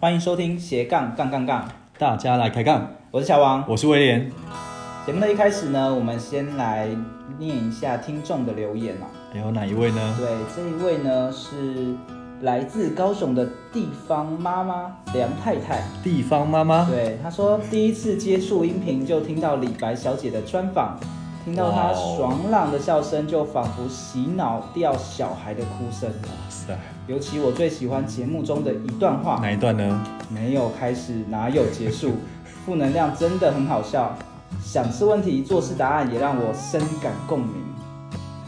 欢迎收听斜杠杠杠杠，大家来开杠，我是小王。我是威廉。节目的一开始呢，我们先来念一下听众的留言哦。有哪一位呢？对，这一位呢是来自高雄的地方妈妈梁太太。地方妈妈。对，她说第一次接触音频就听到李白小姐的专访，听到她哇哦爽朗的笑声，就仿佛洗脑掉小孩的哭声。哇塞，尤其我最喜欢节目中的一段话：哪一段呢？没有开始，哪有结束？ 负能量真的很好笑。想是问题，做是答案，也让我深感共鸣。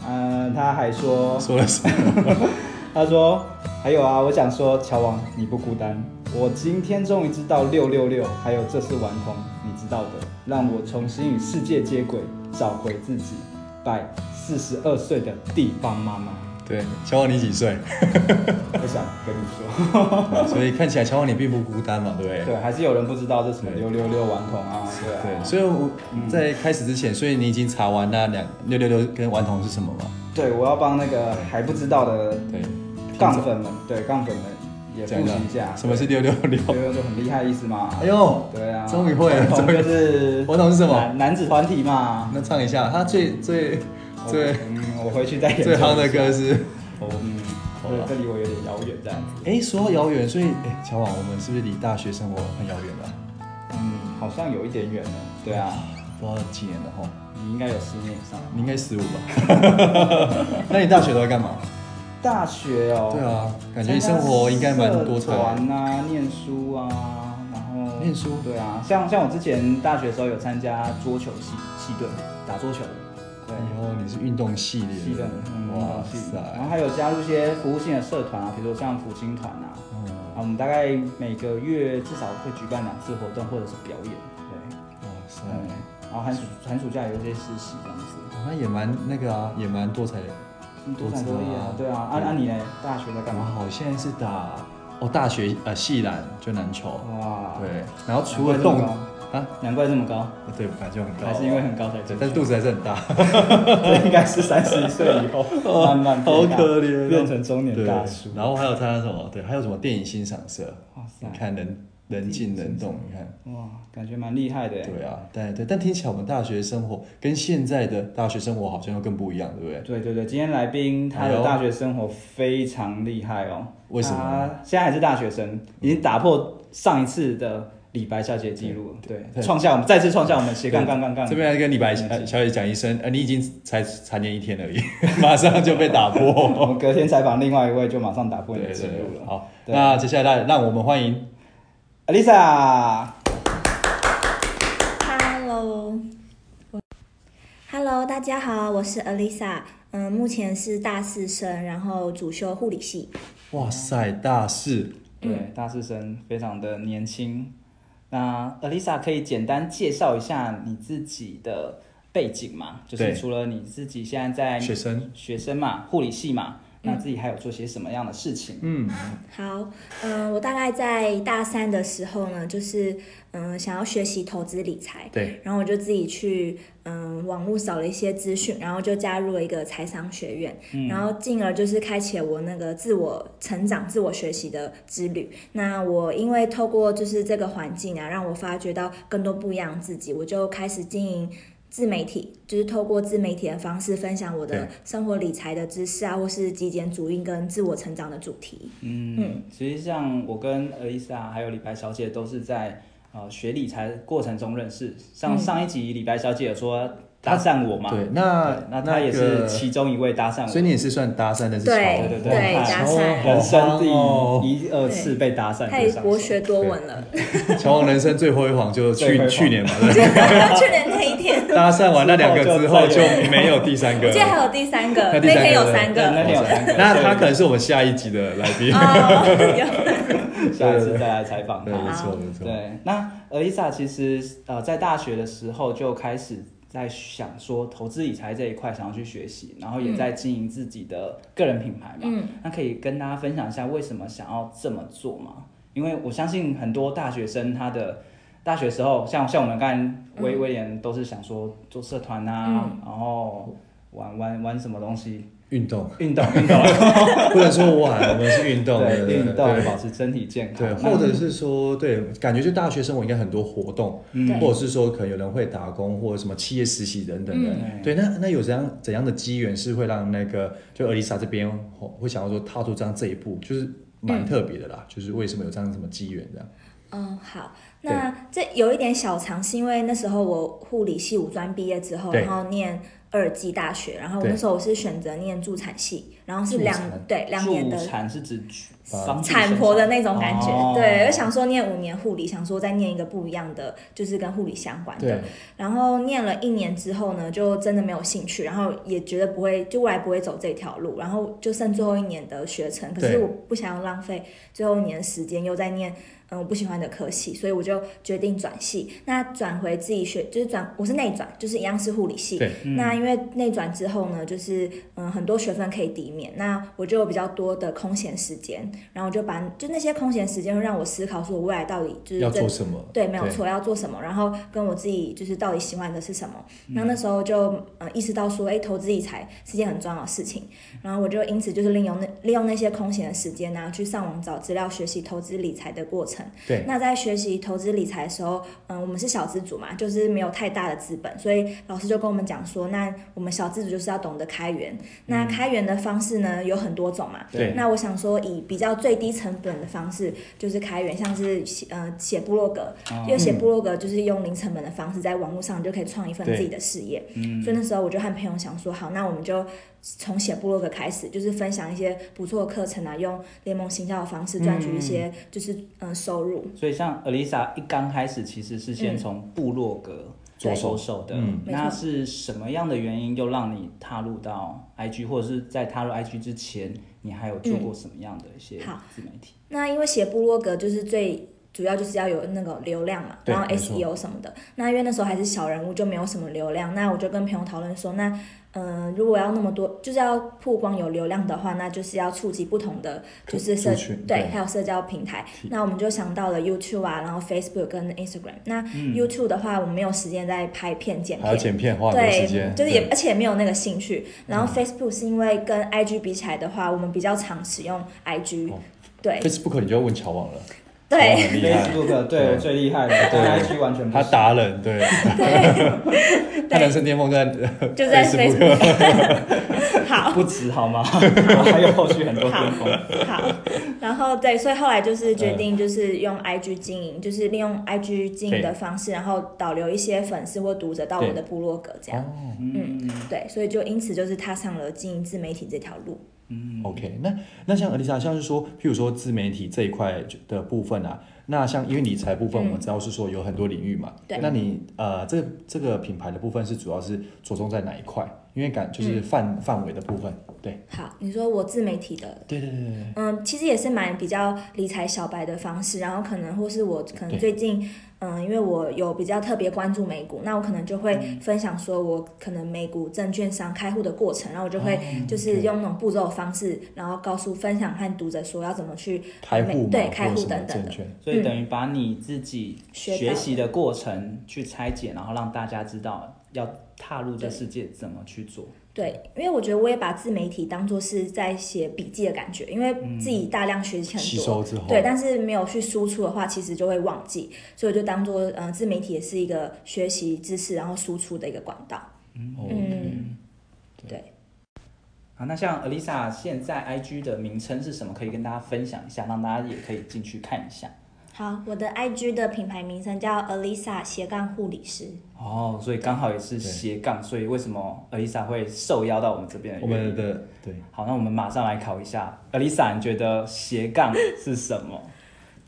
嗯，他还说，说了什么？他说还有啊，我想说，乔王你不孤单，我今天终于知道六六六，还有这是顽童，你知道的，让我重新与世界接轨，找回自己。拜四十二岁的地方妈妈，对，小王你几岁？ 我想跟你说。 所以看起来小王你并不孤单嘛，对不对？对，还是有人不知道这什么六六六顽童啊，对啊，对，所以我嗯在开始之前，所以你已经查完那两六六六跟顽童是什么嘛？对我要帮那个还不知道的对，杠粉们，对杠粉们也复讲习一下什么是六六六？六六六很厉害的意思嘛，哎呦，对啊，终于会了顽童终于就是顽童是什么男男子团体嘛，那唱一下，他最最我 最嗯，我回去再研究最一下夯的，歌是。嗯，好吧对，这离我有点遥远这样子，哎，说到遥远，所以哎，乔王，我们是不是离大学生活很遥远了？嗯，好像有一点远了，对啊，不知道几年了哈。你应该有十年以上，你应该十五吧？ 那你大学都在干嘛？大学哦，对啊，感觉你生活应该蛮多参加彩社的。团啊，念书啊，然后念书对啊，像像我之前大学的时候有参加桌球系系队，打桌球，对，然后你是运动嗯系列的，系队，嗯，哇系塞！然后还有加入一些服务性的社团啊，比如说像福星团啊，嗯啊，我们大概每个月至少会举办两次活动或者是表演，对，哇塞，哦嗯，然后寒暑寒暑假有一些实习这样子，那也蛮那个啊，也蛮多彩的。嗯多才多艺啊，多对啊，按按、你嘞，大学在干我嘛？好像是打啊哦，大学呃系篮就篮球，哇，对，然后除难怪了这么动高啊，难怪这么高。对，感觉很高，啊还是因为很高才对进，但是肚子还是很大，这应该是三十一岁以后慢慢好变大可怜哦，变成中年大对叔。然后还有参加什么？对，还有什么电影欣赏社？哇你塞，看人人进人动，你看。哇，感觉蛮厉害的耶。对啊，对对，但听起来我们大学生活跟现在的大学生活好像又更不一样，对不对？对对对，今天来宾他哎的呦大学生活非常厉害哦。为什么他现在还是大学生，已经打破上一次的李白小姐记录了，对，对创下我们再次创下我们斜杠杠杠杠这。边要跟李白小小姐讲一声，呃，你已经才残年一天而已， 马上就被打我 破。们隔天采访另外一位，就马上打破对你的对记录对，了。好，对那接下来让我们欢迎 Alisa， Hello，我 Hello，大家好，我是 Alisa，嗯，目前是大四生，然后主修护理系。哇塞大四，嗯对，大四生非常的年轻。那 Alisa 可以简单介绍一下你自己的背景吗？就是对除了你自己现在在学生嗯学生嘛，护理系嘛，那自己还有做些什么样的事情？好，嗯，我大概在大三的时候呢，就是嗯想要学习投资理财，对，然后我就自己去嗯网络找了一些资讯，然后就加入了一个财商学院，嗯然后进而就是开启了我那个自我成长、自我学习的之旅。那我因为透过就是这个环境啊，让我发掘到更多不一样的自己，我就开始经营。自媒体就是透过自媒体的方式分享我对的生活理财的知识啊，或是极简主义跟自我成长的主题。嗯，其实像我跟 Alisa 还有李白小姐都是在呃学理财过程中认识。像上一集李白小姐有说搭讪我嘛，对，那对那她也是个其中一位搭讪我，所以你也是算搭讪，但是对超对对对哇搭超讪好人生第夯哦一二次被搭讪，太上手博学多闻了， 乔王人生最辉煌就最辉去煌去年嘛，对 去年那一天，搭讪完那两个之后之后就就再也没有第三个我了。记得还有第三个，那那第三个天有对哦三对那个。天有三个，那他对可能是我们下一集的来宾。哦，有下一次再来采访 对，他。没错没错。对，那 Alisa 其实呃在大学的时候就开始在想说投资理财这一块想要去学习，然后也在经营自己的个人品牌嘛。嗯，那可以跟大家分享一下为什么想要这么做吗？因为我相信很多大学生他的大学时候，像像我们刚才威威廉都是想说做社团啊，然后玩玩玩什么东西，运动，运动运动， 不能说晚，我们是运动，对运动，对保持身体健康。对，那或者是说，对，感觉就大学生活应该很多活动，对或者是说可能有人会打工，或者什么企业实习等等的。嗯对，那那有怎样怎样的机缘是会让那个就尔丽莎这边哦会想要说踏出这样这一步，就是蛮特别的啦，就是为什么有这样什么机缘这样？嗯，好，那这有一点小长，是因为那时候我护理系五专毕业之后，对然后念二技大学，然后我对那时候我是选择念助产系，然后是助两产对两年的助产是指把帮助产婆的那种感觉，哦对，我想说念五年护理，想说再念一个不一样的，就是跟护理相关的对。，然后念了一年之后呢，就真的没有兴趣，然后也觉得不会，就未来不会走这条路，然后就剩最后一年的学程，可是对我不想要浪费最后一年的时间又在念。嗯，我不喜欢的科系，所以我就决定转系。那转回自己学，就是转，我是内转，就是一样是护理系。对嗯那因为内转之后呢，就是嗯很多学分可以抵免，那我就有比较多的空闲时间，然后我就把就那些空闲时间会让我思考，说我未来到底就是要这做什么？对，没有错，要做什么，然后跟我自己就是到底喜欢的是什么。那那时候就呃意识到说，哎，投资理财是件很重要的事情。然后我就因此就是利用那利用那些空闲的时间呢、去上网找资料学习投资理财的过程。对那在学习投资理财的时候，嗯，我们是小资主嘛，就是没有太大的资本，所以老师就跟我们讲说，那我们小资主就是要懂得开源。那开源的方式呢有很多种嘛，嗯对那我想说，以比较最低成本的方式，就是开源，像是写呃写部落格，哦因为写部落格就是用零成本的方式，在网络上就可以创一份对嗯自己的事业。所以那时候我就和朋友想说，好，那我们就从写部落格开始，就是分享一些不错的课程啊，用联盟行销的方式赚取一些就是嗯、呃收入。所以像 Elisa 一刚开始其实是先从部落格着手着手的，嗯嗯没错那是什么样的原因又让你踏入到 IG，或者是在踏入 IG 之前，你还有做过什么样的一些嗯好自媒体？那因为写部落格就是最主要就是要有那个流量嘛，对然后没错 SEO 什么的。那因为那时候还是小人物，就没有什么流量。那我就跟朋友讨论说，那嗯、呃如果要那么多，就是要曝光有流量的话，那就是要触及不同的就是社族群对，对还有社交平台。那我们就想到了 YouTube 啊，然后 Facebook 跟 Instagram。那 YouTube 的话，我们没有时间在拍片剪嗯还要片。剪片，花很多时，对间，就是也对嗯而且也没有那个兴趣。然后 Facebook 是因为跟 IG 比起来的话，我们比较常使用 IG，、哦对 Facebook 你就要问乔王了， 对，乔王很厉害， Facebook 对我最厉害的，对对 IG 完全不他行。达人，对， 他人生巅峰在就在哦 Facebook， Facebook。好 不止好 吗？我还有后续很多巅峰。好，然后对，所以后来就是嗯决定就是用 IG 经营，就是利用 IG 经营的方式，然后导流一些粉丝或读者到我的部落格这样。哦嗯，对，所以就因此就是踏上了经营自媒体这条路。 ，OK，那那像 Elisa，像是说，譬如说自媒体这一块的部分啊，那像因为理财部分，嗯我们知道是说有很多领域嘛，对那你呃，这这个品牌的部分是主要是着重在哪一块？因为感嗯就是范、范围的部分，对，好，你说我自媒体的对对对对对，嗯，其实也是蛮比较理财小白的方式，然后可能或是我可能对最近，嗯，因为我有比较特别关注美股，那我可能就会嗯分享说我可能美股证券商开户的过程，然后我就会哦就是用那种步骤的方式，然后告诉分享和读者说要怎么去开户嘛，对开户或者什么等等证的券，所以等于把你自己学到嗯学习的过程去拆解，然后让大家知道要踏入这世界怎么去做。对，因为我觉得我也把自媒体当做是在写笔记的感觉，因为自己大量学习很嗯吸多，收之后，对，但是没有去输出的话，其实就会忘记，所以我就当做呃自媒体也是一个学习知识然后输出的一个管道。 OK，嗯，对，好，那像 Elisa 现在 IG 的名称是什么？可以跟大家分享一下，让大家也可以进去看一下。好，我的 IG 的品牌名称叫 Alisa 斜杠护理师。哦，所以刚好也是斜杠，所以为什么 Elisa 会受邀到我们这边？我们的对。好，那我们马上来考一下 Elisa，你觉得斜杠是什么？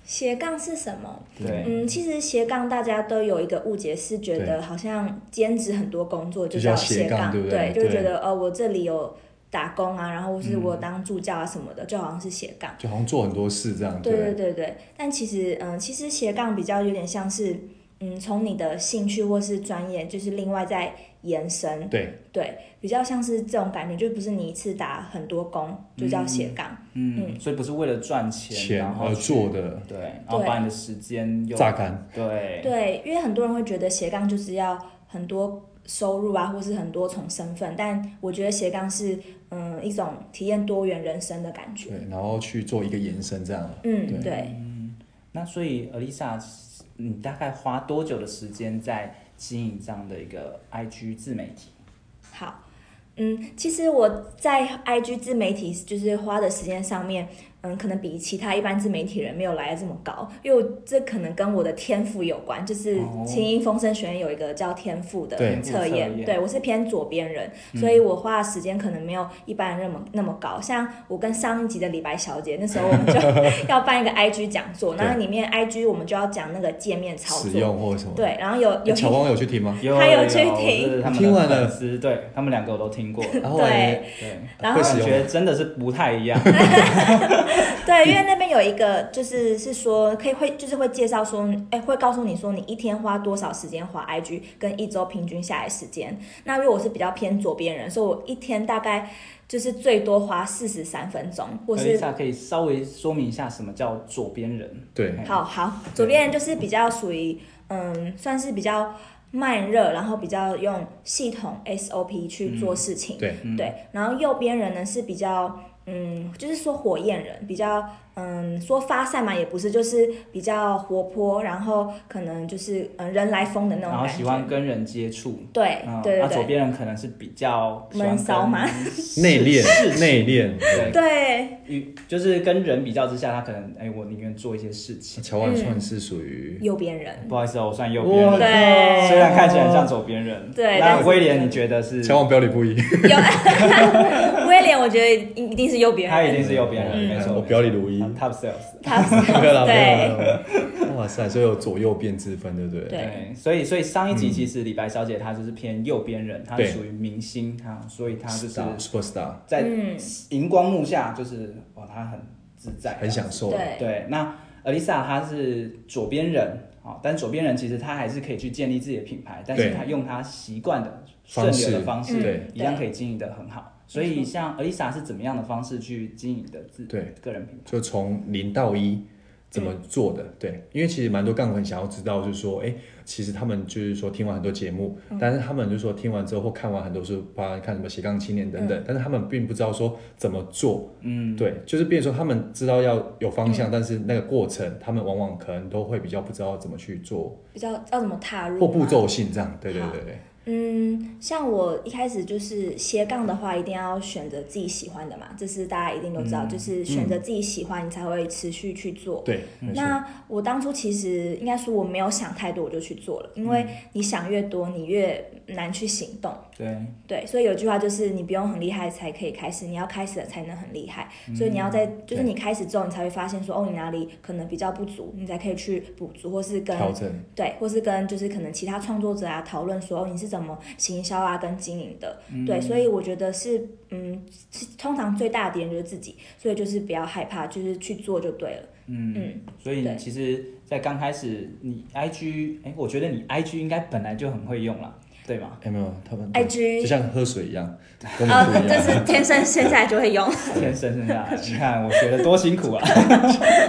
斜杠是什么？对，嗯，其实斜杠大家都有一个误解，是觉得好像兼职很多工作就叫叫斜杠杠，对不对就对会嗯觉得呃我这里有打工啊，然后或是我当助教啊什么的，就好像是斜杠。就好像做很多事这样，对对对对对，但其实嗯、呃其实斜杠比较有点像是嗯，从你的兴趣或是专业，就是另外再延伸，对对，比较像是这种感觉，就不是你一次打很多工就叫斜杠，嗯，所以不是为了赚钱，钱然后而去做的对，然后把你的时间又榨干，对嗯对，因为很多人会觉得斜杠就是要很多收入啊，或是很多重身份，但我觉得斜杠是嗯一种体验多元人生的感觉。对，然后去做一个延伸这样。嗯，对对，那所以 Alisa，你大概花多久的时间在经营这样的一个 IG 自媒体？好，嗯，其实我在 IG 自媒体就是花的时间上面，嗯，可能比其他一般自媒体人没有来的这么高，因为我这可能跟我的天赋有关，就是哦清英风声学院有一个叫天赋的对嗯测天赋测验，验对我是偏左边人，所以我花的时间可能没有一般人那么那么高。像我跟上一集的李白小姐，那时候我们就 要办一个 IG 讲座，对那里面 IG 我们就要讲那个界面操使作，用或者什么。对，然后有哎。有乔汪有去听吗？他有有去我听是他们听的完了粉丝，对他们两个我都听过了， 然后对嘞对，然后但会使我用觉吗得真的是不太一样。对，因为那边有一个，就是是说可以会，就是会介绍说，哎，会告诉你说你一天花多少时间滑 IG，跟一周平均下来时间。那因为我是比较偏左边人，所以我一天大概就是最多花四十三分钟，或是 Alisa 可以稍微说明一下什么叫左边人？对嘿，好好，左边人就是比较属于嗯，算是比较慢热，然后比较用系统 SOP 去做事情。对嗯对，然后右边人呢是比较，嗯，就是说火焰人，比较，嗯，说发散嘛也不是，就是比较活泼，然后可能就是嗯人来疯的那然种后感喜欢觉。跟人接触，对嗯对那对左对边人可能是比较喜欢闷骚跟嘛事内敛，事内敛。对对， 与就是跟人比较之下，他可能哎，我宁愿做一些事情。乔嗯汪算是属于右边 人，不好意思哦，我算右边人，对虽然看起来很像左边人。对那但是威廉你觉得是？乔汪表里不一，有 威廉，我觉得一一定是右边他一人。定是右边嗯人，没错，嗯我表里如一。没错 top sales。他没 有啦，没有对啦没有啦。哇塞，所以有左右变之分，对不对？对对，所以所以上一集其实李白小姐她就是偏右边人，她嗯对属于明星，她所以她就是 Star- superstar 在嗯荧光幕下就是哇，她很自在，啊很享受。啊对对，那 Alisa 她是左边人，好，但左边人其实她还是可以去建立自己的品牌，但是对她用她习惯的顺方流的式方嗯式对，一样可以经营的很好。所以像 Alisa 是怎么样的方式去经营的自对个人品牌？就从零到一怎么做嗯的？对，因为其实蛮多杠粉想要知道，就是说，哎，其实他们就是说听完很多节目，嗯但是他们就是说听完之后或看完很多书，包含看什么斜杠青年等等，嗯但是他们并不知道说怎么做。嗯，对，就是变成说他们知道要有方嗯向，但是那个过程他们往往可能都会比较不知道怎么去做比较要怎么踏入或步嘛骤性这样。对对好对对，嗯，像我一开始就是斜杠的话，一定要选择自己喜欢的嘛，这是大家一定都知道，就是选择自己喜欢，你才会持续去做。对，没错。嗯那我当初其实应该说我没有想太多，我就去做了，因嗯为你想越多，你越难去行动。对，对，所以有句话就是你不用很厉害才可以开始，你要开始了才能很厉害。所以你要在就嗯对是你开始之后，你才会发现说哦，你哪里可能比较不足，你才可以去补足，或是跟调整对，或是跟就是可能其他创作者啊讨论说、哦、你是怎么行销啊跟经营的，嗯对，所以我觉得是嗯，是通常最大的敌人就是自己，所以就是不要害怕，就是去做就对了，嗯，嗯，所以对其实，在刚开始你 IG，哎，我觉得你 IG 应该本来就很会用啦，对 吗？哎有没有？他们 IG 就像喝水一样，跟我啊、们不一就样。是天生生下来就会用，天生生下来，你看我学的多辛苦啊！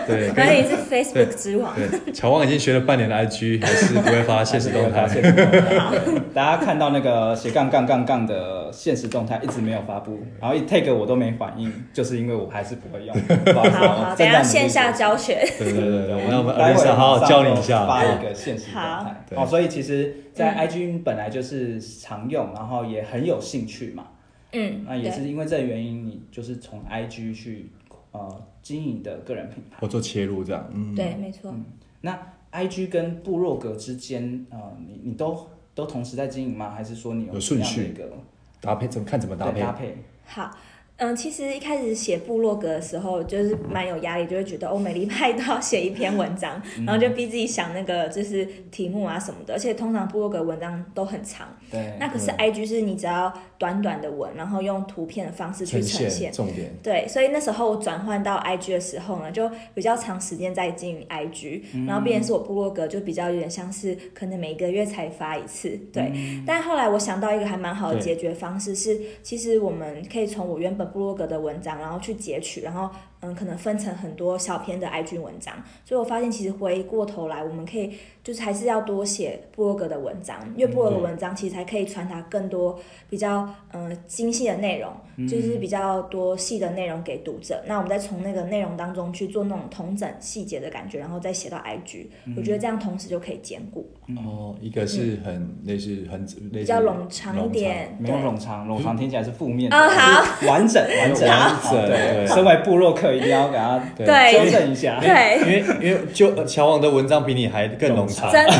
对，而跟且你是 Facebook 之王，对，乔旺已经学了半年的 IG，还是不会发现实动态。对大家看到那个斜杠杠杠杠的现实动态一直没有发布，然后一 take 我都没反应，就是因为我还是不会用。不好意思好啊好，我等正一在努下力线下学习教学，对对对对，那我们待 a 会 l i 好好教你一下。发一对个现实动好态。对哦，所以其实，在 IG 本来就是常用，然后也很有兴趣嘛。嗯，那也对是因为这个原因，你就是从 IG 去呃经营的个人品牌。我做切入这样，嗯，对，没错，那 IG 跟部落格之间，呃，你你都都同时在经营吗？还是说你有有顺什么样的序一个搭配怎么看怎么搭对配搭，配？好。嗯，其实一开始写部落格的时候，就是蛮有压力，就会觉得哦，每礼拜都要写一篇文章，然后就逼自己想那个就是题目啊什么的，而且通常部落格文章都很长。对，那可是 IG 是你只要短短的文，然后用图片的方式去呈呈现。现重点。对，所以那时候我转换到 IG 的时候呢，就比较长时间在经营 IG，、然后变成是我部落格就比较有点像是可能每个月才发一次，对。但后来我想到一个还蛮好的对解决方式是，其实我们可以从我原本部落格的文章，然后去截取，然后嗯，可能分成很多小篇的 IG 文章，所以我发现其实回过头来，我们可以就是还是要多写部落格的文章，因为部落格文章其实才可以传达更多比较嗯精细的内容，就是比较多细的内容给读者。那我们再从那个内容当中去做那种同整细节的感觉，然后再写到 IG，、我觉得这样同时就可以兼顾，哦，一个是很类似很类比似较冗长一点。没对有冗长，冗长听起来是负面的。哦好是完整，完整， 完整好对，对身为部落客一定要给他对纠对正一下。对因，为因为就乔王的文章比你还更冗长，真的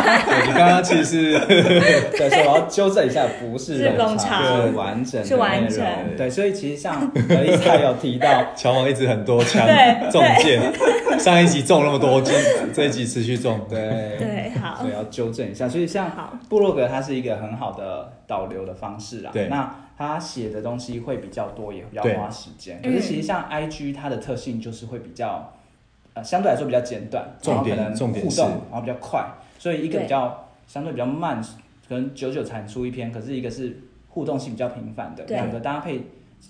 对你刚刚其实是对，所以我要纠正一下，不是是冗冗长是完整的内容，是完整对，所以其实像呃伊赛有提到，乔王一直很多枪对中箭，上一集中那么多，今这一集持续中，对， 对，好所以，要纠正一下。所以好像部落格，它是一个很好的导流的方式啦。对那它写的东西会比较多，也比较对花时间。可是其实像 IG，它的特性就是会比较，呃，相对来说比较简短，重点然后可重能点互是动，然后比较快。所以一个对比较相对比较慢，可能久久产出一篇，可是一个是互动性比较频繁的，对两个搭配，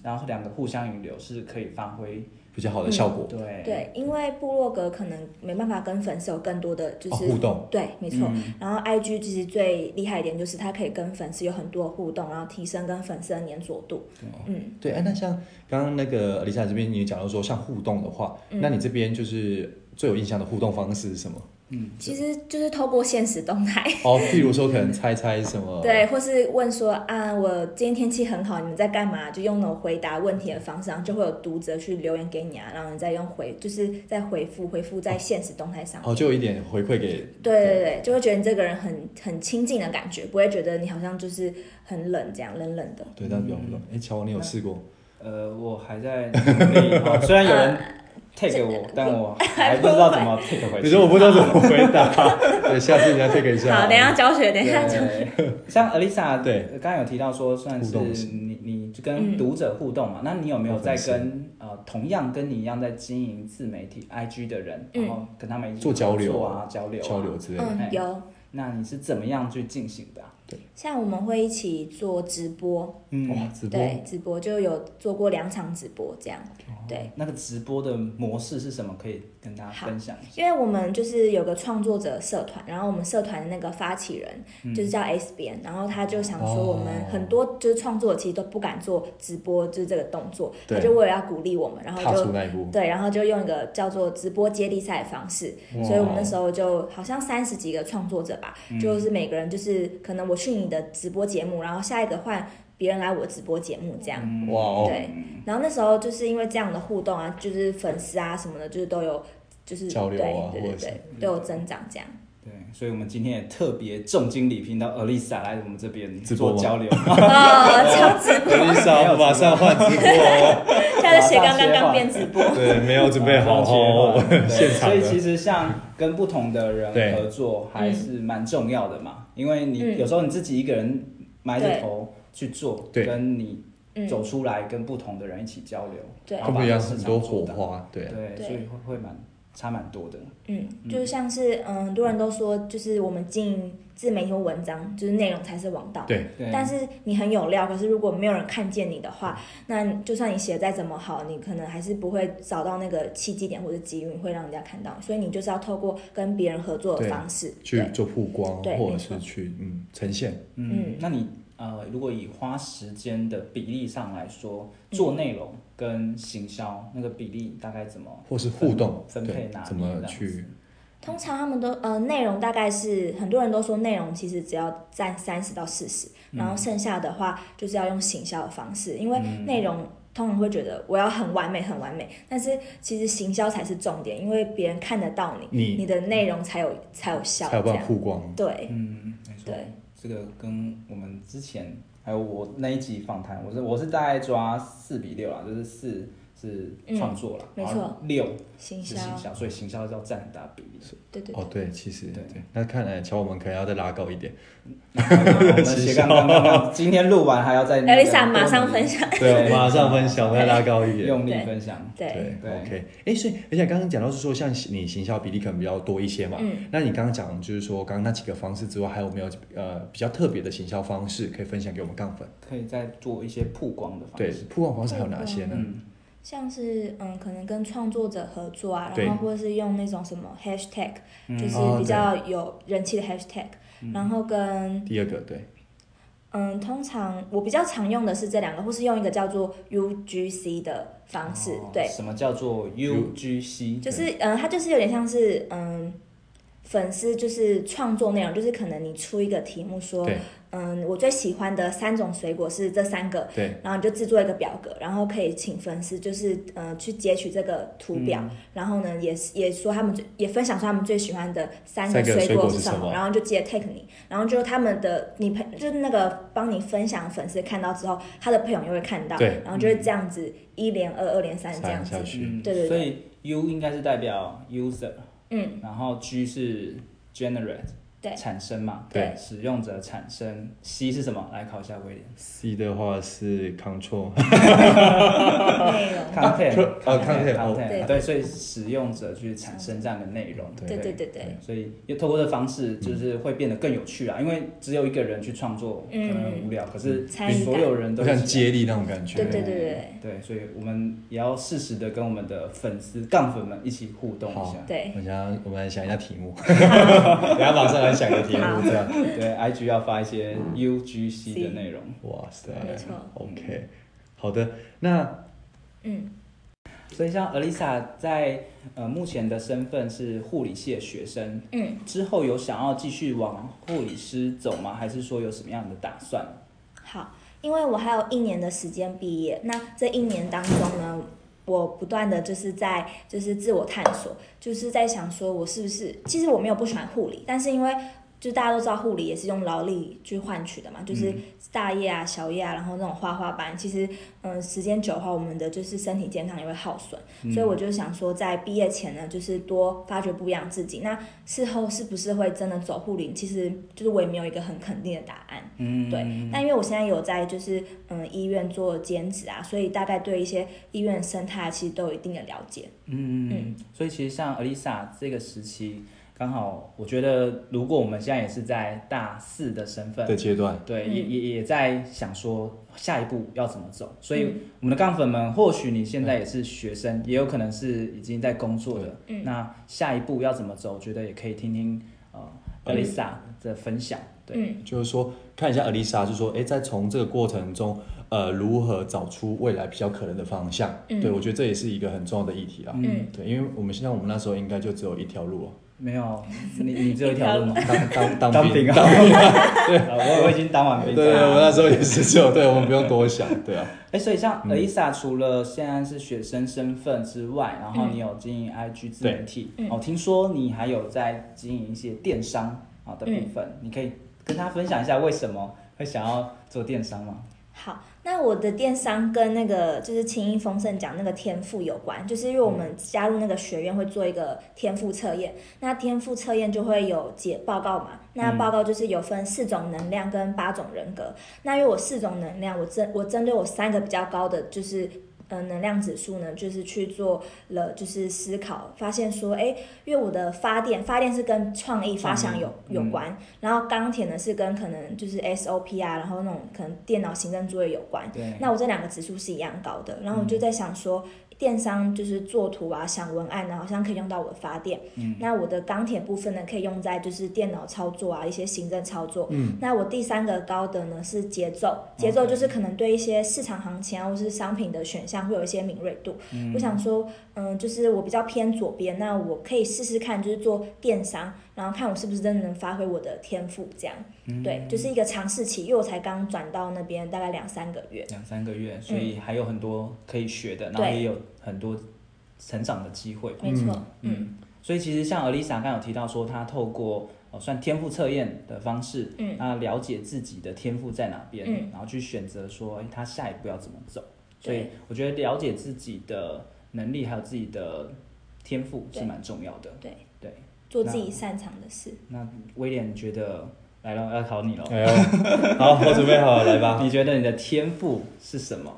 然后两个互相引流是可以发挥。比较好的效果。对，对，因为部落格可能没办法跟粉丝有更多的就是、哦互动，对，没错。然后 IG 其实最厉害一点就是它可以跟粉丝有很多的互动，然后提升跟粉丝的粘着度。嗯，对，哎，那像刚刚那个李莎这边你讲到说像互动的话，嗯那你这边就是最有印象的互动方式是什么？嗯其实就是透过现实动态，哦，譬如说可能猜猜什么？对，或是问说啊，我今天天气很好，你们在干嘛？就用那种回答问题的方式，然后就会有读者去留言给你啊，然后你再用回，就是再回复，回复在现实动态上面。哦，就有一点回馈给对对对，就会觉得你这个人很很亲近的感觉，不会觉得你好像就是很冷这样冷冷的。对，但是比较互动。哎，乔王，你有试过？呃，我还在努力，哦 虽然有人 take 我，但我 还不知道怎么 take 回去。可是我不知道怎么回答。对，下次你要 take 一下。啊好，等一下教学，等一下教学。对， 像 Alisa 对刚刚有提到说，算是互动性你你就嗯跟读者互动嘛，那你有没有在跟呃同样跟你一样在经营自媒体 IG 的人，嗯然后跟他们一起做交流合作啊，交流啊交流之类的。嗯，有。那你是怎么样去进行的啊？像我们会一起做直播，哇，嗯，直播哦对，直播就有做过两场直播这样，对。那个直播的模式是什么？可以跟大家好分享一下。因为我们就是有个创作者社团，然后我们社团的那个发起人、嗯就是叫 S 边，然后他就想说哦我们很多就是创作者其实都不敢做直播，就是这个动作，对他就为了要鼓励我们，然后踏就出那一步。对，然后就用一个叫做直播接力赛的方式，所以我们那时候就好像三十几个创作者吧，嗯就是每个人就是可能我去你的直播节目，然后下一个换别人来我直播节目这样，哇哦，对。然后那时候就是因为这样的互动啊，就是粉丝啊什么的，就是都有就是交流啊或对对对者是对，都有增长这样。 对，所以我们今天也特别重金礼聘到 Alisa 来我们这边直播做吗交流。哦，超直播，丽莎马上换直播哦。现在的斜杠刚刚变直播，对，没有准备好哦， 现场所以其的。实像跟不同的人对合作还是蛮重要的嘛，因为你嗯有时候你自己一个人埋着对头去做，对跟你嗯，走出来跟不同的人一起交流，对然后会不把会要市很场多做火大，花？对，对，对所以会会蛮差蛮多的。嗯，就是像是嗯，很多人都说，就是我们经营自媒体或文章，就是内容才是王道。对，对，但是你很有料，可是如果没有人看见你的话，那就算你写得再怎么好，你可能还是不会找到那个契机点或者机遇，会让人家看到。所以你就是要透过跟别人合作的对方式，去对，做曝光，对或者没是错去嗯呈现。嗯嗯，那你呃，如果以花时间的比例上来说，嗯做内容跟行销那个比例大概怎么或是互动，分分配对拿，捏怎这么样去子？通常他们都呃内容大概是很多人都说内容其实只要占三十到四十，嗯然后剩下的话就是要用行销的方式，因为嗯内容通常会觉得我要很完美很完美，但是其实行销才是重点，因为别人看得到你，你的内容才有才有效，才有这办法样曝光？对，嗯，没错对，这个跟我们之前还有我那一集访谈，我是我是大概抓四比六啦，就是四是创作啦，嗯然后六行是销，行销，所以行销要占很大比例。对对哦，对，其实对对，那看来乔我们可能要再拉高一点。我们斜杠杠杠杠，今天录完还 要再那个 Elisa 马上多努力分享，对，马上分享，再拉高一点。用力对分享。对，对对，OK，哎，所以而且刚刚讲到是说，像你行销比例可能比较多一些嘛，嗯那你刚刚讲就是说，刚刚那几个方式之外，还有没有呃比较特别的行销方式可以分享给我们杠粉？可以再做一些曝光的方对式。，曝光方式还有哪些呢？嗯，像是嗯，可能跟创作者合作啊，对然后或者是用那种什么 hashtag，、嗯就是哦嗯比较有人气的 hashtag，、然后跟第二个对，嗯，通常我比较常用的是这两个，或是用一个叫做 UGC 的方式，对，嗯哦什么叫做 UGC？就是嗯，它就是有点像是嗯，粉丝就是创作内容，就是可能你出一个题目说对，嗯，我最喜欢的三种水果是这三个，对，然后你就制作一个表格，然后可以请粉丝就是呃去截取这个图表，嗯然后呢也是也说他们最也分享出他们最喜欢的三三个个水水果果是是什什么么，然后就直接 take 你，然后就他们的你朋就是那个帮你分享的粉丝看到之后，他的朋友也会看到，对然后就是这样子一连二，二连三这样三子下，去，嗯对对对所以 U 应该是代表 user，嗯，然后 G 是 generate，对产生嘛，对使用者产生。C 是什么？来考一下威廉。 C 的话是 Control，内容， content，呃 content，哦 content，啊对对，所以使用者去产生这样的内容，对对不对对对。所以又透过这方式，就是会变得更有趣啊，因为只有一个人去创作，可嗯能很无聊，可是参与感所有人就都像一起啊接力那种感觉，对对对对对，所以我们也要适时的跟我们的粉丝杠粉们一起互动一好下。对，我想要我们来想一下题 目，等一下马上来想个题目，这样。对，IG 要发一些 UGC 的 C 内容。哇塞，没错 OK，好的，那嗯，所以像 Elisa 在呃目前的身份是护理系的学生，嗯，之后有想要继续往护理师走吗？还是说有什么样的打算？好，因为我还有一年的时间毕业，那这一年当中呢，我不断的就是在就是自我探索，就是在想说我是不是，其实我没有不喜欢护理，但是因为。就大家都知道护理也是用劳力去换取的嘛，就是大夜啊、小夜啊，然后那种花花班，其实嗯、时间久的话，我们的就是身体健康也会耗损，所以我就想说，在毕业前呢，就是多发掘不一样自己。那事后是不是会真的走护理，其实就是我也没有一个很肯定的答案。嗯，对，但因为我现在有在就是嗯医院做兼职啊，所以大概对一些医院的生态啊其实都有一定的了解。嗯，所以其实像 Elisa 这个时期，刚好我觉得，如果我们现在也是在大四的身份，的阶段，对，也也也在想说下一步要怎么走。所以我们的杠粉们，或许你嗯现在也是学生，也有可能是已经在工作的，那下一步要怎么走，我觉得也可以听听哎呃 Elisa 的分享。对，嗯，就是说看一下 Elisa，就是说，哎，在从这个过程中，呃，如何找出未来比较可能的方向？嗯对我觉得这也是一个很重要的议题啦。啊嗯对，因为我们现在我们那时候应该就只有一条 路哦，没有，你你只有一条路吗？当当当兵兵啊！ 对，我我已经当完兵对了。对，我那时候也是只有，对我们不用多想，对啊，哎，所以像 Elisa 除了现在是学生身份之外，然嗯后你有经营 IG 自媒体，哦，听说你还有在经营一些电商啊的嗯部分，你可以跟他分享一下为什么会想要做电商吗？好，那我的电商跟那个就是轻音丰盛奖那个天赋有关，就是因为我们加入那个学院会做一个天赋测验，那天赋测验就会有解报告嘛，那报告就是有分四种能量跟八种人格，那因为我四种能量，我针我针对我三个比较高的就是。呃，能量指数呢，就是去做了，就是思考，发现说，哎，因为我的发电，发电是跟创意发想有有关，然后钢铁呢是跟可能就是 SOP 啊，然后那种可能电脑行政作业有关。对，那我这两个指数是一样高的，然后我就在想说，电商就是做图啊、想文案呢，好像可以用到我的发电。嗯、那我的钢铁部分呢，可以用在就是电脑操作啊、一些行政操作。嗯、那我第三个高的呢是节奏，节奏就是可能对一些市场行情啊，或是商品的选项会有一些敏锐度。我想说，嗯，就是我比较偏左边，那我可以试试看，就是做电商，然后看我是不是真的能发挥我的天赋，这样。对，就是一个尝试期，因为我才刚转到那边大概两三个月。两三个月，所以还有很多可以学的，然后嗯对也有很多成长的机会。没错，嗯所以其实像 Elisa 刚刚有提到说，她透过呃算天赋测验的方式，嗯那了解自己的天赋在哪边，嗯然后去选择说，哎，她下一步要怎么走。所对以我觉得了解自己的能力还有自己的天赋是对蛮重要的。对对，做自己擅长的事。那威廉觉得来了要考你了，哎呦，好，我准备好了，来吧。 你觉得你的天赋是什么？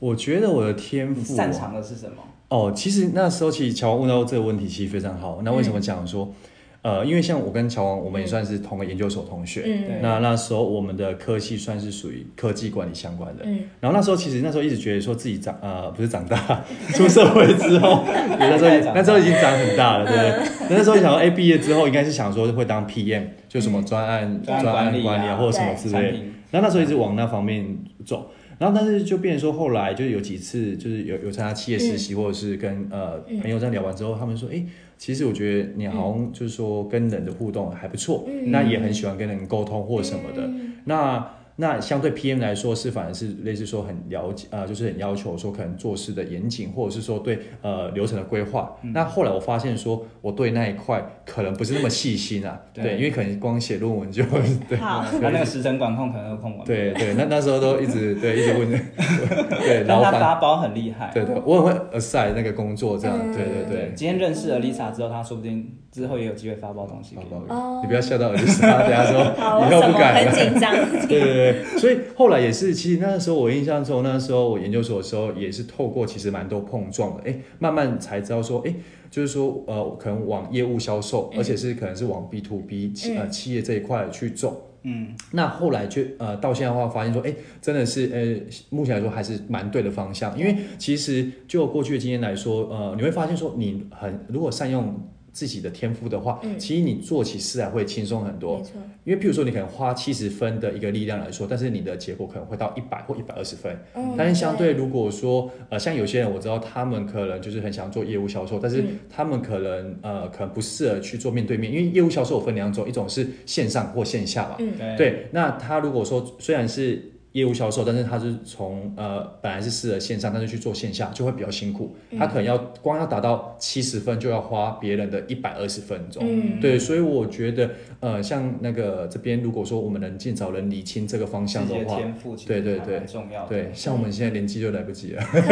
我觉得我的天你赋哦，擅长的是什么？哦，其实那时候其实乔问到这个问题其实非常好。那为什么讲说，呃，因为像我跟乔王，我们也算是同个研究所同学，嗯那那时候我们的科系算是属于科技管理相关的，嗯然后那时候其实那时候一直觉得说自己长呃不是长大， 出社会之后，那时候那时候已经长很大了，对不嗯对？那时候想说，哎，毕业之后应该是想说会当 PM，就什么专案专案案管理啊管理啊，或者什么嗯对之产类的品。然后那时候一直往那方面走，然后但是就变成说后来就是有几次就是有有参加企业实习，或者是跟呃嗯朋友这样聊完之后，他们说，哎，其实我觉得你好像就是说跟人的互动还不错，嗯那也很喜欢跟人沟通或什么的。那那相对 PM 来说是反而是类似说很了解，呃，就是很要求说可能做事的严谨，或者是说对呃流程的规划。嗯那后来我发现说我对那一块可能不是那么细心啊，对对，因为可能光写论文就 对。好，他那个时程管控可能都控完，，对对，那那时候都一直对一直 问，对但老他板，发包很厉害。对对，我很会 assign 那个工作这样，嗯对对对。今天认识了 Lisa 之后，她说不定之后也有机会发包东西给好你。不哦好？你不要笑到我，就是他等下说好，我以后什不么敢很了。紧张， 对对对，所以后来也是，其实那时候我印象中，那时候我研究所的时候也是透过其实蛮多碰撞的，哎，慢慢才知道说，哎，就是说呃，可能往业务销售，嗯而且是可能是往 B to B 企呃企业这一块去走。嗯，那后来就呃，到现在的话，发现说，哎，真的是呃，目前来说还是蛮对的方向。因为其实就过去的经验来说，呃，你会发现说，你很如果善用自己的天赋的话，嗯其实你做起事来会轻松很多。没错，因为譬如说你可能花七十分的一个力量来说，但是你的结果可能会到一百或一百二十分。嗯但是相对如果说呃，像有些人我知道他们可能就是很想做业务销售，但是嗯他们可能呃可能不适合去做面对面，因为业务销售有分两种，一种是线上或线下嘛。嗯对，对，那他如果说虽然是。业务销售，但是他是从呃本来是适合线上，但是去做线下就会比较辛苦。嗯他可能要光要达到七十分，就要花别人的一百二十分钟。嗯对，所以我觉得，呃，像那个这边，如果说我们能尽早能理清这个方向自的己的话，天赋其实对对还对蛮重要的，对，像我们现在年纪就来不及了，可以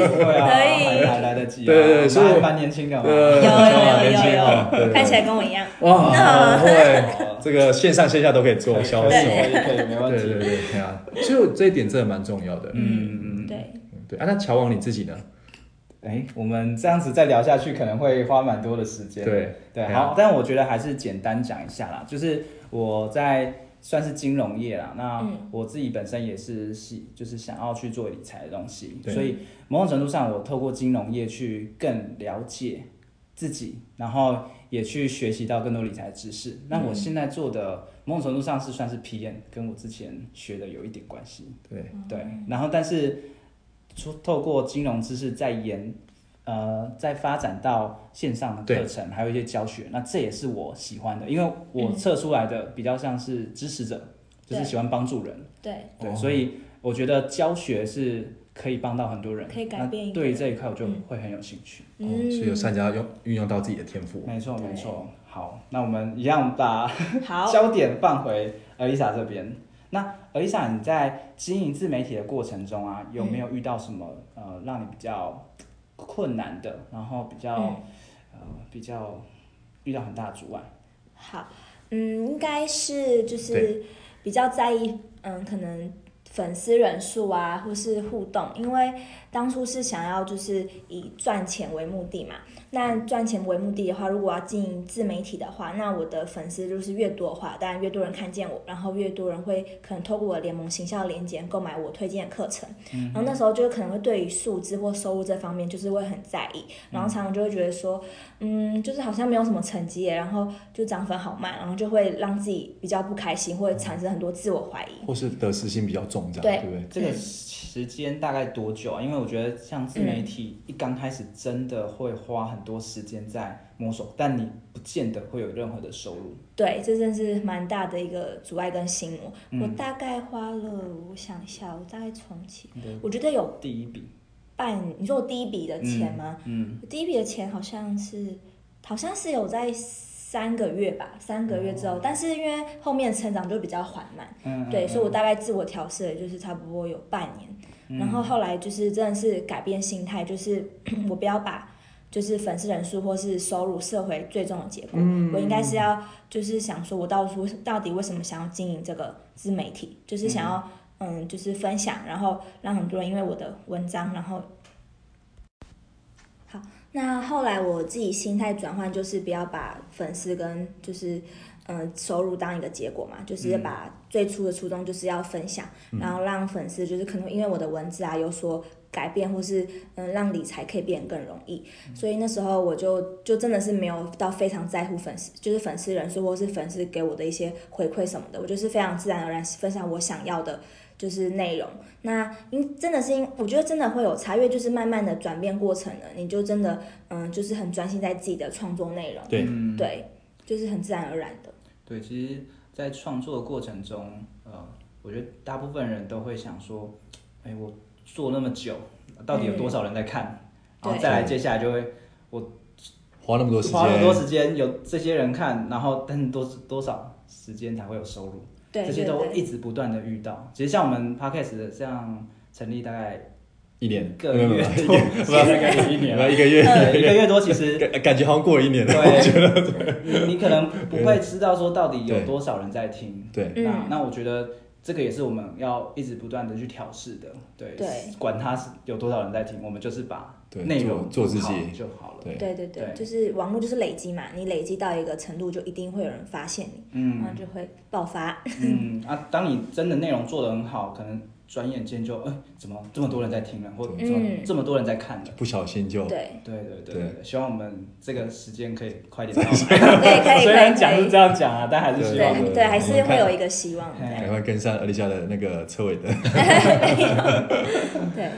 不会啊，还可还来得及啊，对对对我们所以呃还蛮年轻的嘛，对以，有像我有年轻哦对有有对有，看起来跟我一样，以哇，好会，这个线上线下都可以可做以销售，可以对可以可以，没问对题。对对啊，所以我这一点真的蛮重要的。嗯嗯嗯。对，嗯对啊，那乔王你自己呢？哎，我们这样子再聊下去，可能会花蛮多的时间。对对，对啊好，但我觉得还是简单讲一下啦，就是我在算是金融业啦，那嗯我自己本身也是喜，就是想要去做理财的东西，对所以某种程度上，我透过金融业去更了解自己，然后也去学习到更多理财知识。那嗯我现在做的某种程度上是算是 PM，跟我之前学的有一点关系。对，嗯对，然后但是出透过金融知识再延，呃，再发展到线上的课对程，还有一些教学，那这也是我喜欢的，因嗯为我测出来的比较像是支持者，就是对喜欢帮助人，对，对，哦所以我觉得教学是可以帮到很多人，可以改变一那个对于人这一块，我就嗯会很有兴趣。哦，所以有嗯，善加用运用到自己的天赋。没错，对没错。好，那我们一样 把好，焦点放回 Elisa 这边。那 Elisa，你在经营自媒体的过程中啊，有没有遇到什么、呃让你比较困难的，然后比较、嗯呃比较遇到很大的阻碍？好，嗯，应该是就是比较在意，嗯，可能粉丝人数啊，或是互动，因为当初是想要就是以赚钱为目的嘛。那赚钱为目的的话，如果要经营自媒体的话，那我的粉丝就是越多的话，当然越多人看见我，然后越多人会可能透过我的联盟行销连接购买我推荐的课程。然后那时候就可能会对于数字或收入这方面就是会很在意，然后常常就会觉得说，嗯，就是好像没有什么成绩耶，然后就涨粉好慢，然后就会让自己比较不开心，会产生很多自我怀疑。或是得失心比较重，这对样对不对？这个时间大概多久啊？因为我觉得像自媒体一刚开始真的会花很多时间在摸索，但你不见得会有任何的收入。对，这真是蛮大的一个阻碍跟心魔。我大概花了，我想一下，我大概重启，我觉得有第一笔，半，你说我第一笔的钱吗？嗯，我第一笔的钱好像是，好像是有在三个月吧，三个月之后，但是因为后面成长就比较缓慢，哦嗯对，所以我大概自我调试了，就是差不多有半年。嗯然后后来就是真的是改变心态，就是 我不要把就是粉丝人数或是收入设回最终的结果，嗯我应该是要就是想说，我到初到底为什么想要经营这个自媒体，就是想要嗯就是分享，然后让很多人因为我的文章，然后好，那后来我自己心态转换，就是不要把粉丝跟就是呃收入当一个结果嘛，就是把最初的初衷就是要分享，然后让粉丝就是可能因为我的文字啊有所改变，或是嗯让理财可以变得更容易，所以那时候我就就真的是没有到非常在乎粉丝，就是粉丝人数或是粉丝给我的一些回馈什么的，我就是非常自然而然分享我想要的。就是内容，那因真的是因，我觉得真的会有差，因为就是慢慢的转变过程了，你就真的嗯，就是很专心在自己的创作内容，对嗯，对，就是很自然而然的，对，其实，在创作的过程中，呃，我觉得大部分人都会想说，哎，我做那么久，到底有多少人在看？嗯然后再来，接下来就会花那么多时间，花那么多时间，有这些人看，然后但是多多少时间才会有收入？对，这些对都对一直不断的遇到。其实像我们 podcast 的这样成立大概一年，一个没有没有月没有多，现在大概有一一年了年，一个月， 对一个月多，其 实感感觉好像过了一年了。对，你你可能不会知道说到底有多少人在听。对，对那嗯那我觉得这个也是我们要一直不断的去调试的。对，对管他是有多少人在听，我们就是把对内容做做自好己就好了。对对对对，对就是网络就是累积嘛，你累积到一个程度，就一定会有人发现你，然嗯后就会爆发，嗯啊，当你真的内容做得很好，可能转眼间就哎、怎么这么多人在听了，或者对怎么嗯这么多人在看了。不小心就对，对对对对对对，希望我们这个时间可以快 点到来。可以可 以虽然可讲以是这样讲啊，但还是对希望我对们对，还是我们会看有一个希望，嘿赶快跟上阿丽莎的那个车尾灯。对，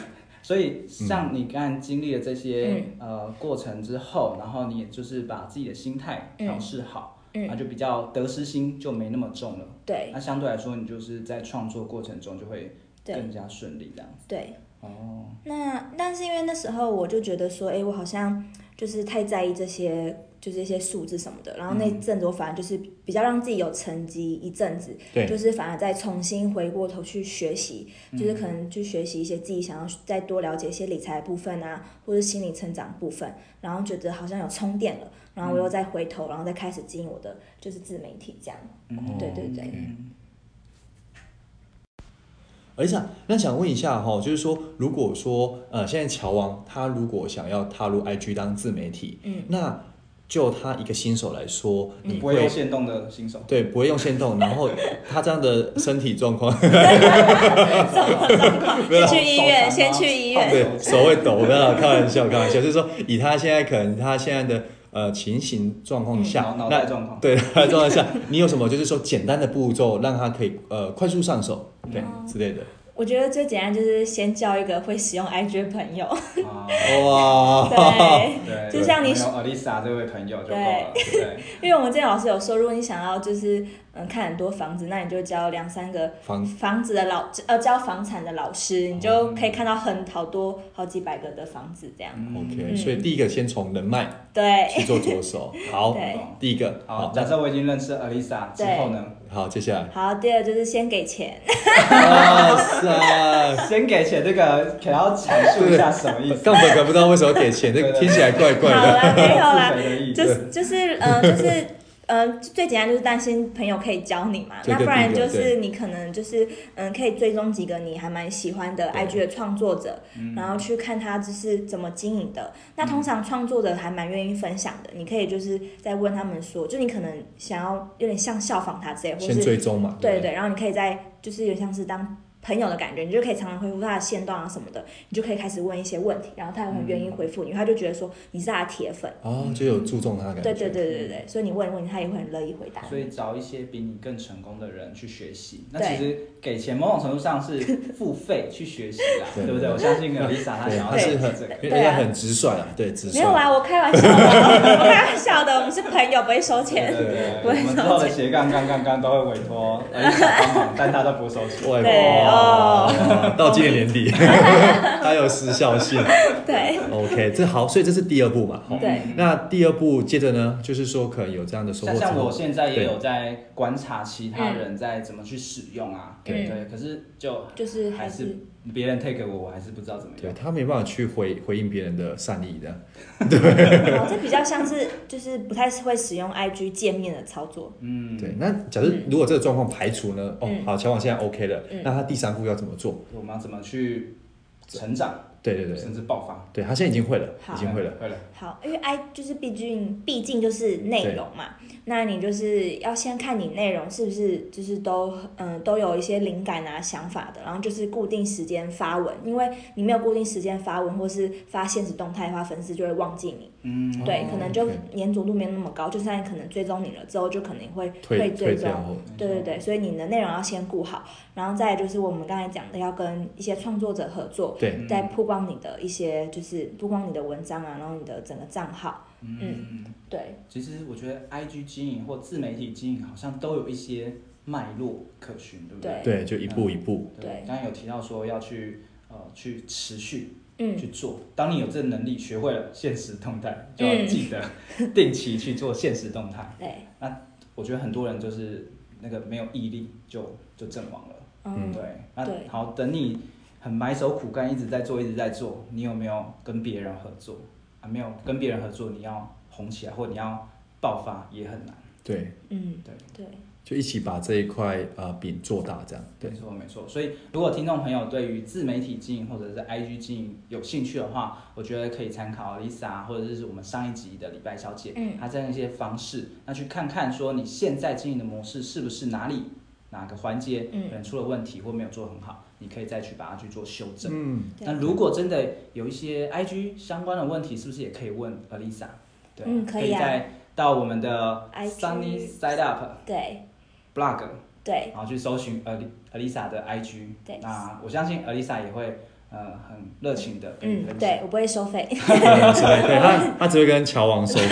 所以，像你刚才经历了这些、嗯呃过程之后，然后你也就是把自己的心态调试好，嗯啊，就比较得失心就没那么重了。对那相对来说，你就是在创作过程中就会对更加顺利这样。对，哦，那但是因为那时候我就觉得说，哎、我好像就是太在意这些，就是一些数字什么的。然后那阵子我反而就是比较让自己有成绩一阵子，对就是反而再重新回过头去学习，就是可能去学习一些自己想要再多了解一些理财的部分啊，或者心理成长部分，然后觉得好像有充电了，然后我又再回头，然后再开始经营我的就是自媒体这样。嗯对对对，嗯 而且，那想问一下哈、就是说，如果说呃，现在乔王他如果想要踏入 IG 当自媒体，嗯，那就他一个新手来说，你不会用限动的 新手，对不会用线 动，然后他这样的身体状 况，先去医院，先去医院。对手会抖，没有开玩笑，开玩笑，就是说以他现在可能他现在的呃情形状况下脑，脑袋那状况。 对他的状况下，你有什么就是说简单的步骤让他可以呃快速上手，对、哦之类的，我觉得最简单就是先交一个会使用 IG 的朋友，啊，哦哇，对，对，就像你有 Alisa 这位朋友就够了。对，因为我们之前老师有说，如果你想要就是嗯看很多房子，那你就交两三个房房子的老呃交房产的老师，你就可以看到很好多好几百个的房子这样。 OK，、嗯所以第一个先从人脉对，去做着手。好 对，，第一个好，好，假设我已经认识 Alisa 之后呢，好，接下来好，第二就是先给钱，哇塞，先给钱这个，可要阐述一下什么意思。杠粉可不知道为什么给钱，这对个对听起来怪好怪的。啦，没有啦自，肥的 意思就是就是呃就是。呃，最简单就是担心朋友可以教你嘛，这那个不然第一就个是你可能就是嗯，可以追踪几个你还蛮喜欢的对嗯 IG 的创作者，然后去看他就是怎么经营的。那通常创作者还蛮愿意分享的，你可以就是在问他们说，就你可能想要有点像效仿他之类，或先是追踪嘛，对不对，然后你可以在就是有点像是当朋友的感觉，你就可以常常回复他的线段啊什么的，你就可以开始问一些问题，然后他也很愿嗯意回复你，他就觉得说你是他的铁粉，哦，就有注重他的感觉。对对对对对，所以你问问题他也会很乐意回答。所以找一些比你更成功的人去学习。那对其实给钱某种程度上是付费去学习啦，对对不对？我相信 Lisa 她对，想要他的是是这很个。，因对为啊他很直率啊，对直率。没有啦，我开玩笑 的，我开玩笑的，我们是朋友，不会收对钱。对对，我我也们之后的斜杠杠杠杠都会委托 Lisa 帮 忙，但她都不收钱。哇哇对哦到今年年 底，他有时效性。对 OK，这好，所以这是第二步嘛。好，对那第二步接着呢，就是说可能有这样的收获像嗯之像我后，现在也对有在观察其他人在怎么去使用啊，对对，可是就嗯就是还还是是别人 take 我，我还是不知道怎么对用。他没办法去回回应别人的善意的。好，哦这比较像是就是不太会使用 IG 界面的操作。嗯，对，那假设如果这个状况排除呢？哦，好，乔往现在 OK 了，嗯那他第三步要怎么做？我们要怎么去成长？对对对，甚至爆发。对他现在已经会了，好已经会了。会了，好，因为 I 就是毕竟毕竟就是内容嘛，那你就是要先看你内容是不是就是都嗯、都有一些灵感啊想法的，然后就是固定时间发文，因为你没有固定时间发文或是发现实动态的话，粉丝就会忘记你，嗯，对哦，可能就 OK 粘着度没有那么高，就算可能追踪你了之后，就可能会退会追退踪掉。后，对对对，所以你的内容要先顾好，然后再来就是我们刚才讲的，要跟一些创作者合作，对再嗯曝光你的一些就是曝光你的文章啊，然后你的整个账号，嗯，对，其实我觉得 I G 经营或自媒体经营好像都有一些脉络可循，对不对？对，就一步一步。对刚刚有提到说要去呃去持续嗯，去做，当你有这能力，学会了现实动态，就要记得定期去做现实动态。对，我觉得很多人就是那个没有毅力就就阵亡了。嗯，对，那对好，等你很埋首苦干，一直在做，一直在做，你有没有跟别人合作啊？没有跟别人合作，你要红起来或你要爆发也很难。对，嗯，对，对，就一起把这一块呃饼做大，这样。对没，错没错。所以如果听众朋友对于自媒体经营或者是 IG 经营有兴趣的话，我觉得可以参考 Lisa 啊或者是我们上一集的礼拜小姐，嗯她这样一些方式，那去看看说你现在经营的模式是不是哪里哪个环节嗯可能出了问题或没有做很好，你可以再去把它去做修正。嗯，对那如果真的有一些 IG 相关的问题，是不是也可以问 Alisa？对，嗯可可以啊再到我们的 IG Sunny Side Up 对， Blog，对，然后去搜寻 Al Alisa 的 IG。对那我相信 Alisa 也会呃很热情的跟你嗯，分对享。我不会收费， 对对，他他只会跟乔王收费。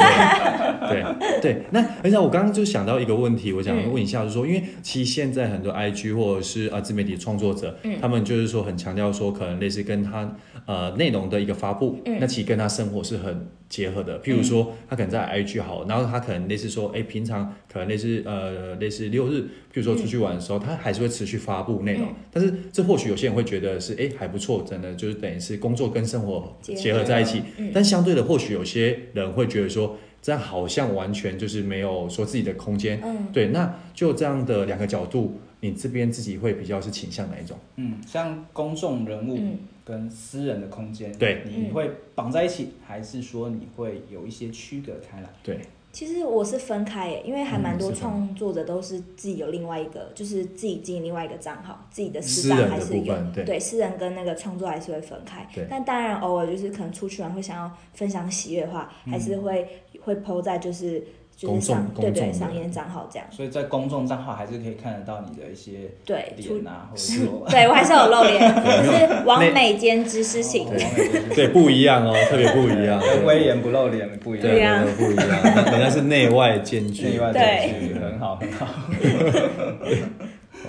对对，那而且我刚刚就想到一个问题，我想问一下，就是说，因为其实现在很多 IG 或者是啊、呃自媒体创作者，嗯他们就是说很强调说，可能类似跟他呃内容的一个发布，嗯那其实跟他生活是很结合的。譬如说，他可能在 IG 好，然后他可能类似说，哎，平常可能类似呃类似六日，譬如说出去玩的时候，他还是会持续发布内容，嗯但是这或许有些人会觉得是哎还不错，真的就是等于是工作跟生活结合结合在一起，嗯但相对的，或许有些人会觉得说，这样好像完全就是没有说自己的空间。嗯，对，那就这样的两个角度，你这边自己会比较是倾向哪一种？嗯，像公众人物嗯跟私人的空间，对你嗯会绑在一起，还是说你会有一些区隔开来？对，其实我是分开耶，因为还蛮嗯多是分创作者都是自己有另外一个，就是自己经营另外一个账号，自己的私私账人还的是部有。分，对，对，私人跟那个创作还是会分开对，但当然偶尔就是可能出去玩会想要分享喜悦的话，还是会会 PO 在就是就嗯公是众商对公众对的商业账号这样，所以在公众账号还是可以看得到你的一些对出脸啊，或者说对我还是有露 脸，就是完美兼知识型，哦对对，不一样哦，特别不一样，跟对威严不露脸不一对样。对对啊对不一样， 人家是内外兼具，内外对兼具，很好很好。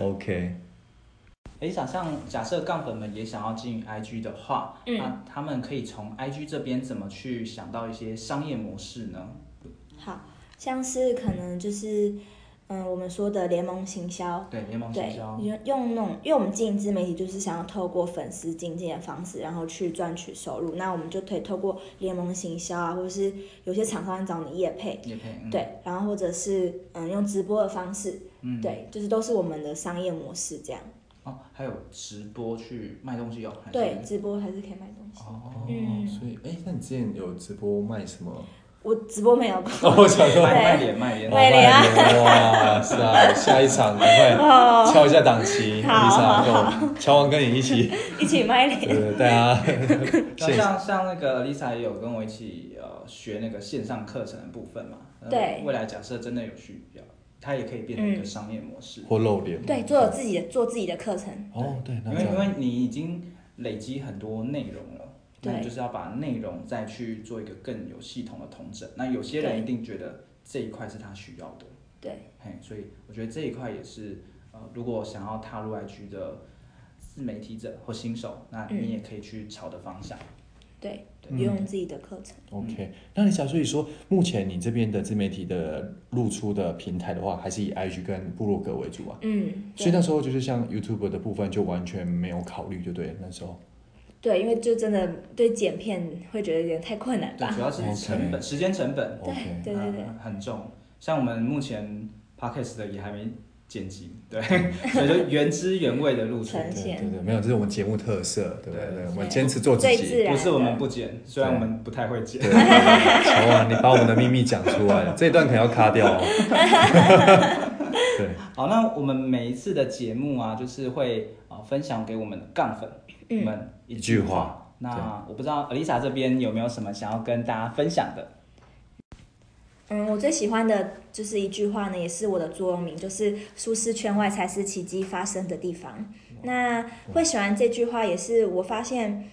OK，哎，想象假设杠粉们也想要经营 IG 的话，嗯那他们可以从 IG 这边怎么去想到一些商业模式呢？好像是可能就是嗯我们说的联盟行销，对，联盟行对销，，用用那种，因为我们经营自媒体就是想要透过粉丝经济的方式，然后去赚取收入。那我们就可以透过联盟行销啊，或者是有些厂商会找你业配，也可以，嗯，对，然后或者是嗯用直播的方式，嗯，对，就是都是我们的商业模式这样。哦，还有直播去卖东西哦，还是对，，直播还是可以卖东西。哦，嗯所以哎，那你之前有直播卖什么？我直播没有 过哦，我想说卖卖脸卖脸，卖脸啊哇，是啊，下一场赶快哦，敲一下档期，好好 Lisa 跟我乔王跟你一起，一起卖对 脸。对对啊， 那现像像那个 Lisa 也有跟我一起呃学那个线上课程的部分嘛，那对嗯未来假设真的有需要，它也可以变成一个商业模式，或露脸，对，做自己的做自己的课程，哦，对，那因这为因样为你已经累积很多内容了，那你对就是要把内容再去做一个更有系统的统整。那有些对人一定觉得这一块是他需要的，对，嘿，所以我觉得这一块也是呃，如果想要踏入 IG 的自媒体者或新手，那嗯你也可以去朝的方向。对，嗯用自己的课程。 OK，那你想，所以说目前你这边的自媒体的露出的平台的话，还是以 IG 跟部落格为主啊，嗯，所以对那时候就是像 YouTube 的部分就完全没有考虑，就对了，那时候对，因为就真的对剪片会觉得有点太困难对，吧主。要是 OK 成本、时间成本，哦对 OK，对对对嗯很重。像我们目前 podcast 的也还没剪辑， 对，所以就原汁原味的露出，呈对现对对，没有，这是我们节目特色，对不对？对对我们坚持做自最己自。然的，不是我们不剪，虽然我们不太会剪对，。乔王，哦你把我们的秘密讲出来 了，这一段可能要卡掉 哦。对， 好，那我们每一次的节目啊，就是会啊、呃分享给我们的杠粉嗯们一一句句话话。那我不知道 Elisa 这边有没有什么想要跟大家分享的？嗯，我最喜欢的就是一句话呢，也是我的座右铭，就是舒适圈外才是奇迹发生的地方。那会喜欢这句话，也是我发现，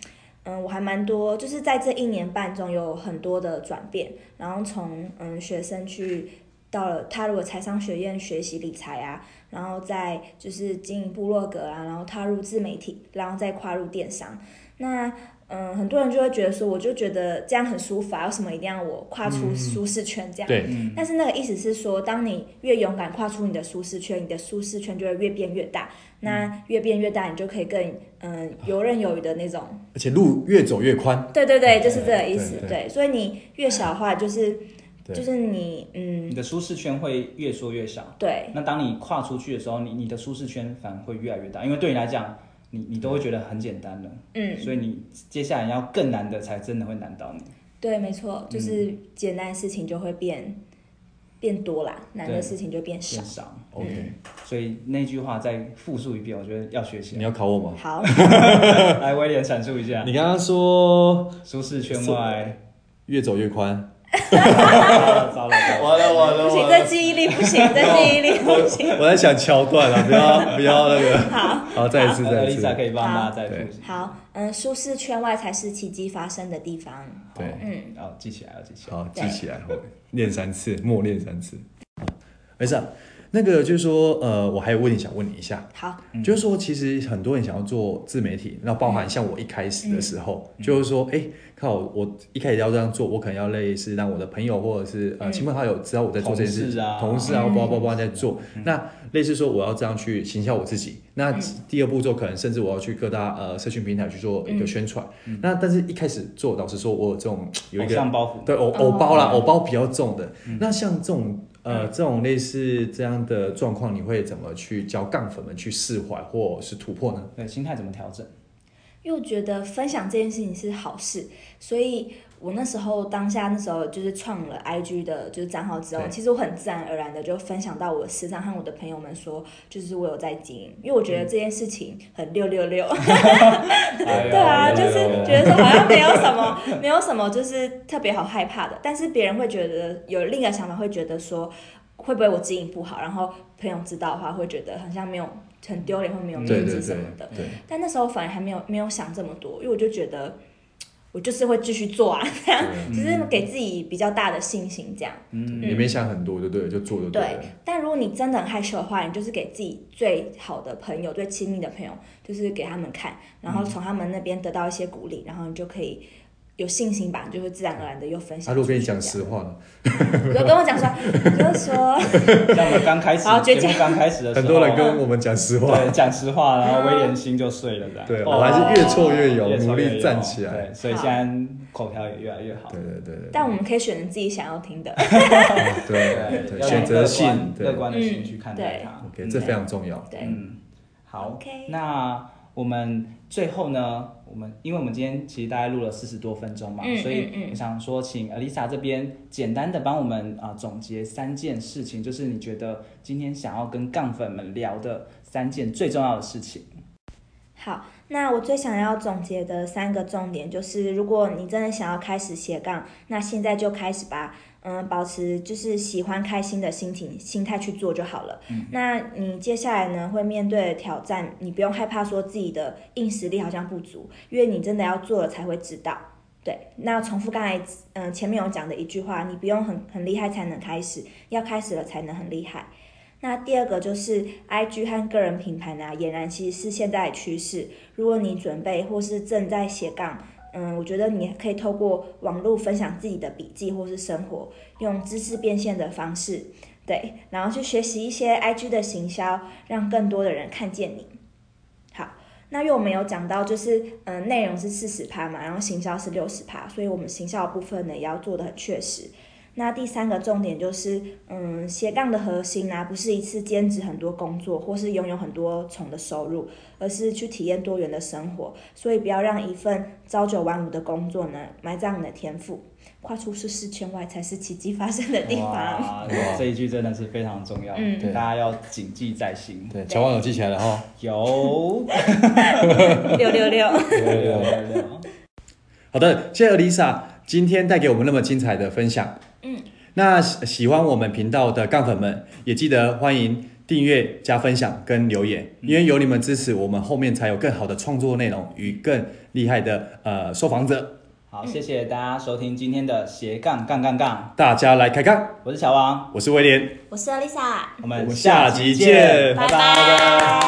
嗯，我还蛮多，就是在这一年半中有很多的转变，然后从嗯学生去到了踏入了财商学院学习理财啊，然后再就是经营部落格啊，然后踏入自媒体，然后再跨入电商。那嗯，很多人就会觉得说，我就觉得这样很舒服啊，为什么一定要我跨出舒适圈这样？对，嗯，但是那个意思是说，当你越勇敢跨出你的舒适圈，你的舒适圈就会越变越大。那越变越大，你就可以更嗯、游刃有余的那种。而且路越走越宽，对对对，就是这个意思。对对对，所以你越小化，就是对就是你你嗯，的舒适圈会越缩越小。对那当你跨出去的时候，你你的舒适圈反而会越来越大，因为对你来讲，你你都会觉得很简单了，嗯，所以你接下来要更难的才真的会难到你。对，没错，就是简单的事情就会变变多啦，难的对事情就变少变。少。 OK，所以那句话再复述一遍，我觉得要学你习。要考我吗？好， 来，威廉阐述一下你刚刚说舒适圈外。越走越宽， 糟了糟了，完了完不行，这记忆力不行，这记忆力不行。我在想桥段啊，不要不要那个。 好，好，再一次再一次， Elisa 可以帮大家再复习。好，嗯，舒适圈外才是奇迹发生的地方。对，嗯，哦，记起来了，记起来了。好，记起来，后练三次，默练三次。没事、啊，那个就是说，呃，我还有问题想问你一下，好，嗯就是说，其实很多人想要做自媒体，那包含像我一开始的时候，嗯就是说，哎、靠，我一开始要这样做，我可能要类似让我的朋友或者是呃亲朋好友知道我在做这件嗯同事，事啊嗯同事啊，包包包在做。那类似说，我要这样去行销我自己。那第二步骤可能甚至我要去各大呃社群平台去做嗯一个宣传。那但是一开始做，老实说，我有这种有一偶个像包袱对偶偶包啦，哦偶包比较重的。那像这种呃这种类似这样的状况，你会怎么去教杠粉们去释怀或是突破呢？对，心态怎么调整？因为我觉得分享这件事情是好事，所以我那时候当下那时候就是创了 IG 的就是账号之后，对其实我很自然而然的就分享到我的时尚和我的朋友们说，就是我有在经营，因为我觉得这件事情很六六六。对对啊，有就是有觉得说好像没有什 么，没有什么就是特别好害怕的，但是别人会觉得有另一个想法，会觉得说会不会我经营不好，然后朋友知道的话会觉得好像没有很丢脸或没有对对面子对什么的。对，但那时候反而还没有没有想这么多，因为我就觉得我就是会继续做啊， 这样就是给自己比较大的信心这样。嗯也没想很多，就对了，就做就对了。，但如果你真的很害羞的话，你就是给自己最好的朋友、最亲密的朋友，就是给他们看，然后从他们那边得到一些鼓励，然后你就可以有信心吧，你就会自然而然的又分他、啊享。如果跟你讲，实话呢，你就跟 我讲说，你就说，像我们刚开始好节倔强目刚开始的时候，很多人跟我们讲实话，对讲实话，然后威廉心就碎了这样。对哦我还是越挫越勇越挫越努力站起来对，所以现在口条也越来越好。对对哦对对但我们可以选择自己想要听的。对对，要选择乐性观对乐观的心去看嗯待它。 ，OK，这非常重要。对，嗯，好 OK 那我们最后呢，我们因为我们今天其实大概录了四十多分钟嘛，嗯所嗯以嗯我想说，请 Elisa 这边简单的帮我们啊、总结三件事情，就是你觉得今天想要跟杠粉们聊的三件最重要的事情。好，那我最想要总结的三个重点就是，如果你真的想要开始斜杠，那现在就开始吧。嗯，保持就是喜欢开心的心情心态去做就好了。那你接下来呢会面对的挑战，你不用害怕说自己的硬实力好像不足，因为你真的要做了才会知道。对，那重复刚才嗯、前面有讲的一句话，你不用很很厉害才能开始，要开始了才能很厉害。那第二个就是 I G 和个人品牌呢、俨然其实是现在的趋势。如果你准备或是正在斜杠，嗯，我觉得你可以透过网络分享自己的笔记或是生活，用知识变现的方式，对，然后去学习一些 I G 的行销，让更多的人看见你。好，那因为我们有讲到，就是嗯，内容是四十趴嘛，然后行销是六十趴，所以我们行销的部分呢也要做的很确实。那第三个重点就是，嗯，斜杠的核心啊，不是一次兼职很多工作，或是拥有很多重的收入，而是去体验多元的生活。所以不要让一份朝九晚五的工作呢，埋葬你的天赋。跨出舒适圈外才是奇迹发生的地方。哇哇这一句真的是非常重要，嗯对大家要谨记在心。对，乔王有记起来了哈。 有，六六六，对有对对有有好的，谢谢 Lisa 今天带给我们那么精彩的分享。嗯，那喜喜欢我们频道的杠粉们，也记得欢迎订阅、加分享跟留言，因为有你们支持，我们后面才有更好的创作内容与更厉害的呃受访者。好，谢谢大家收听今天的斜杠杠杠杠，大家来开杠，我是小王， 我是威廉，我是 Lisa。我我们们下下集集见，见拜拜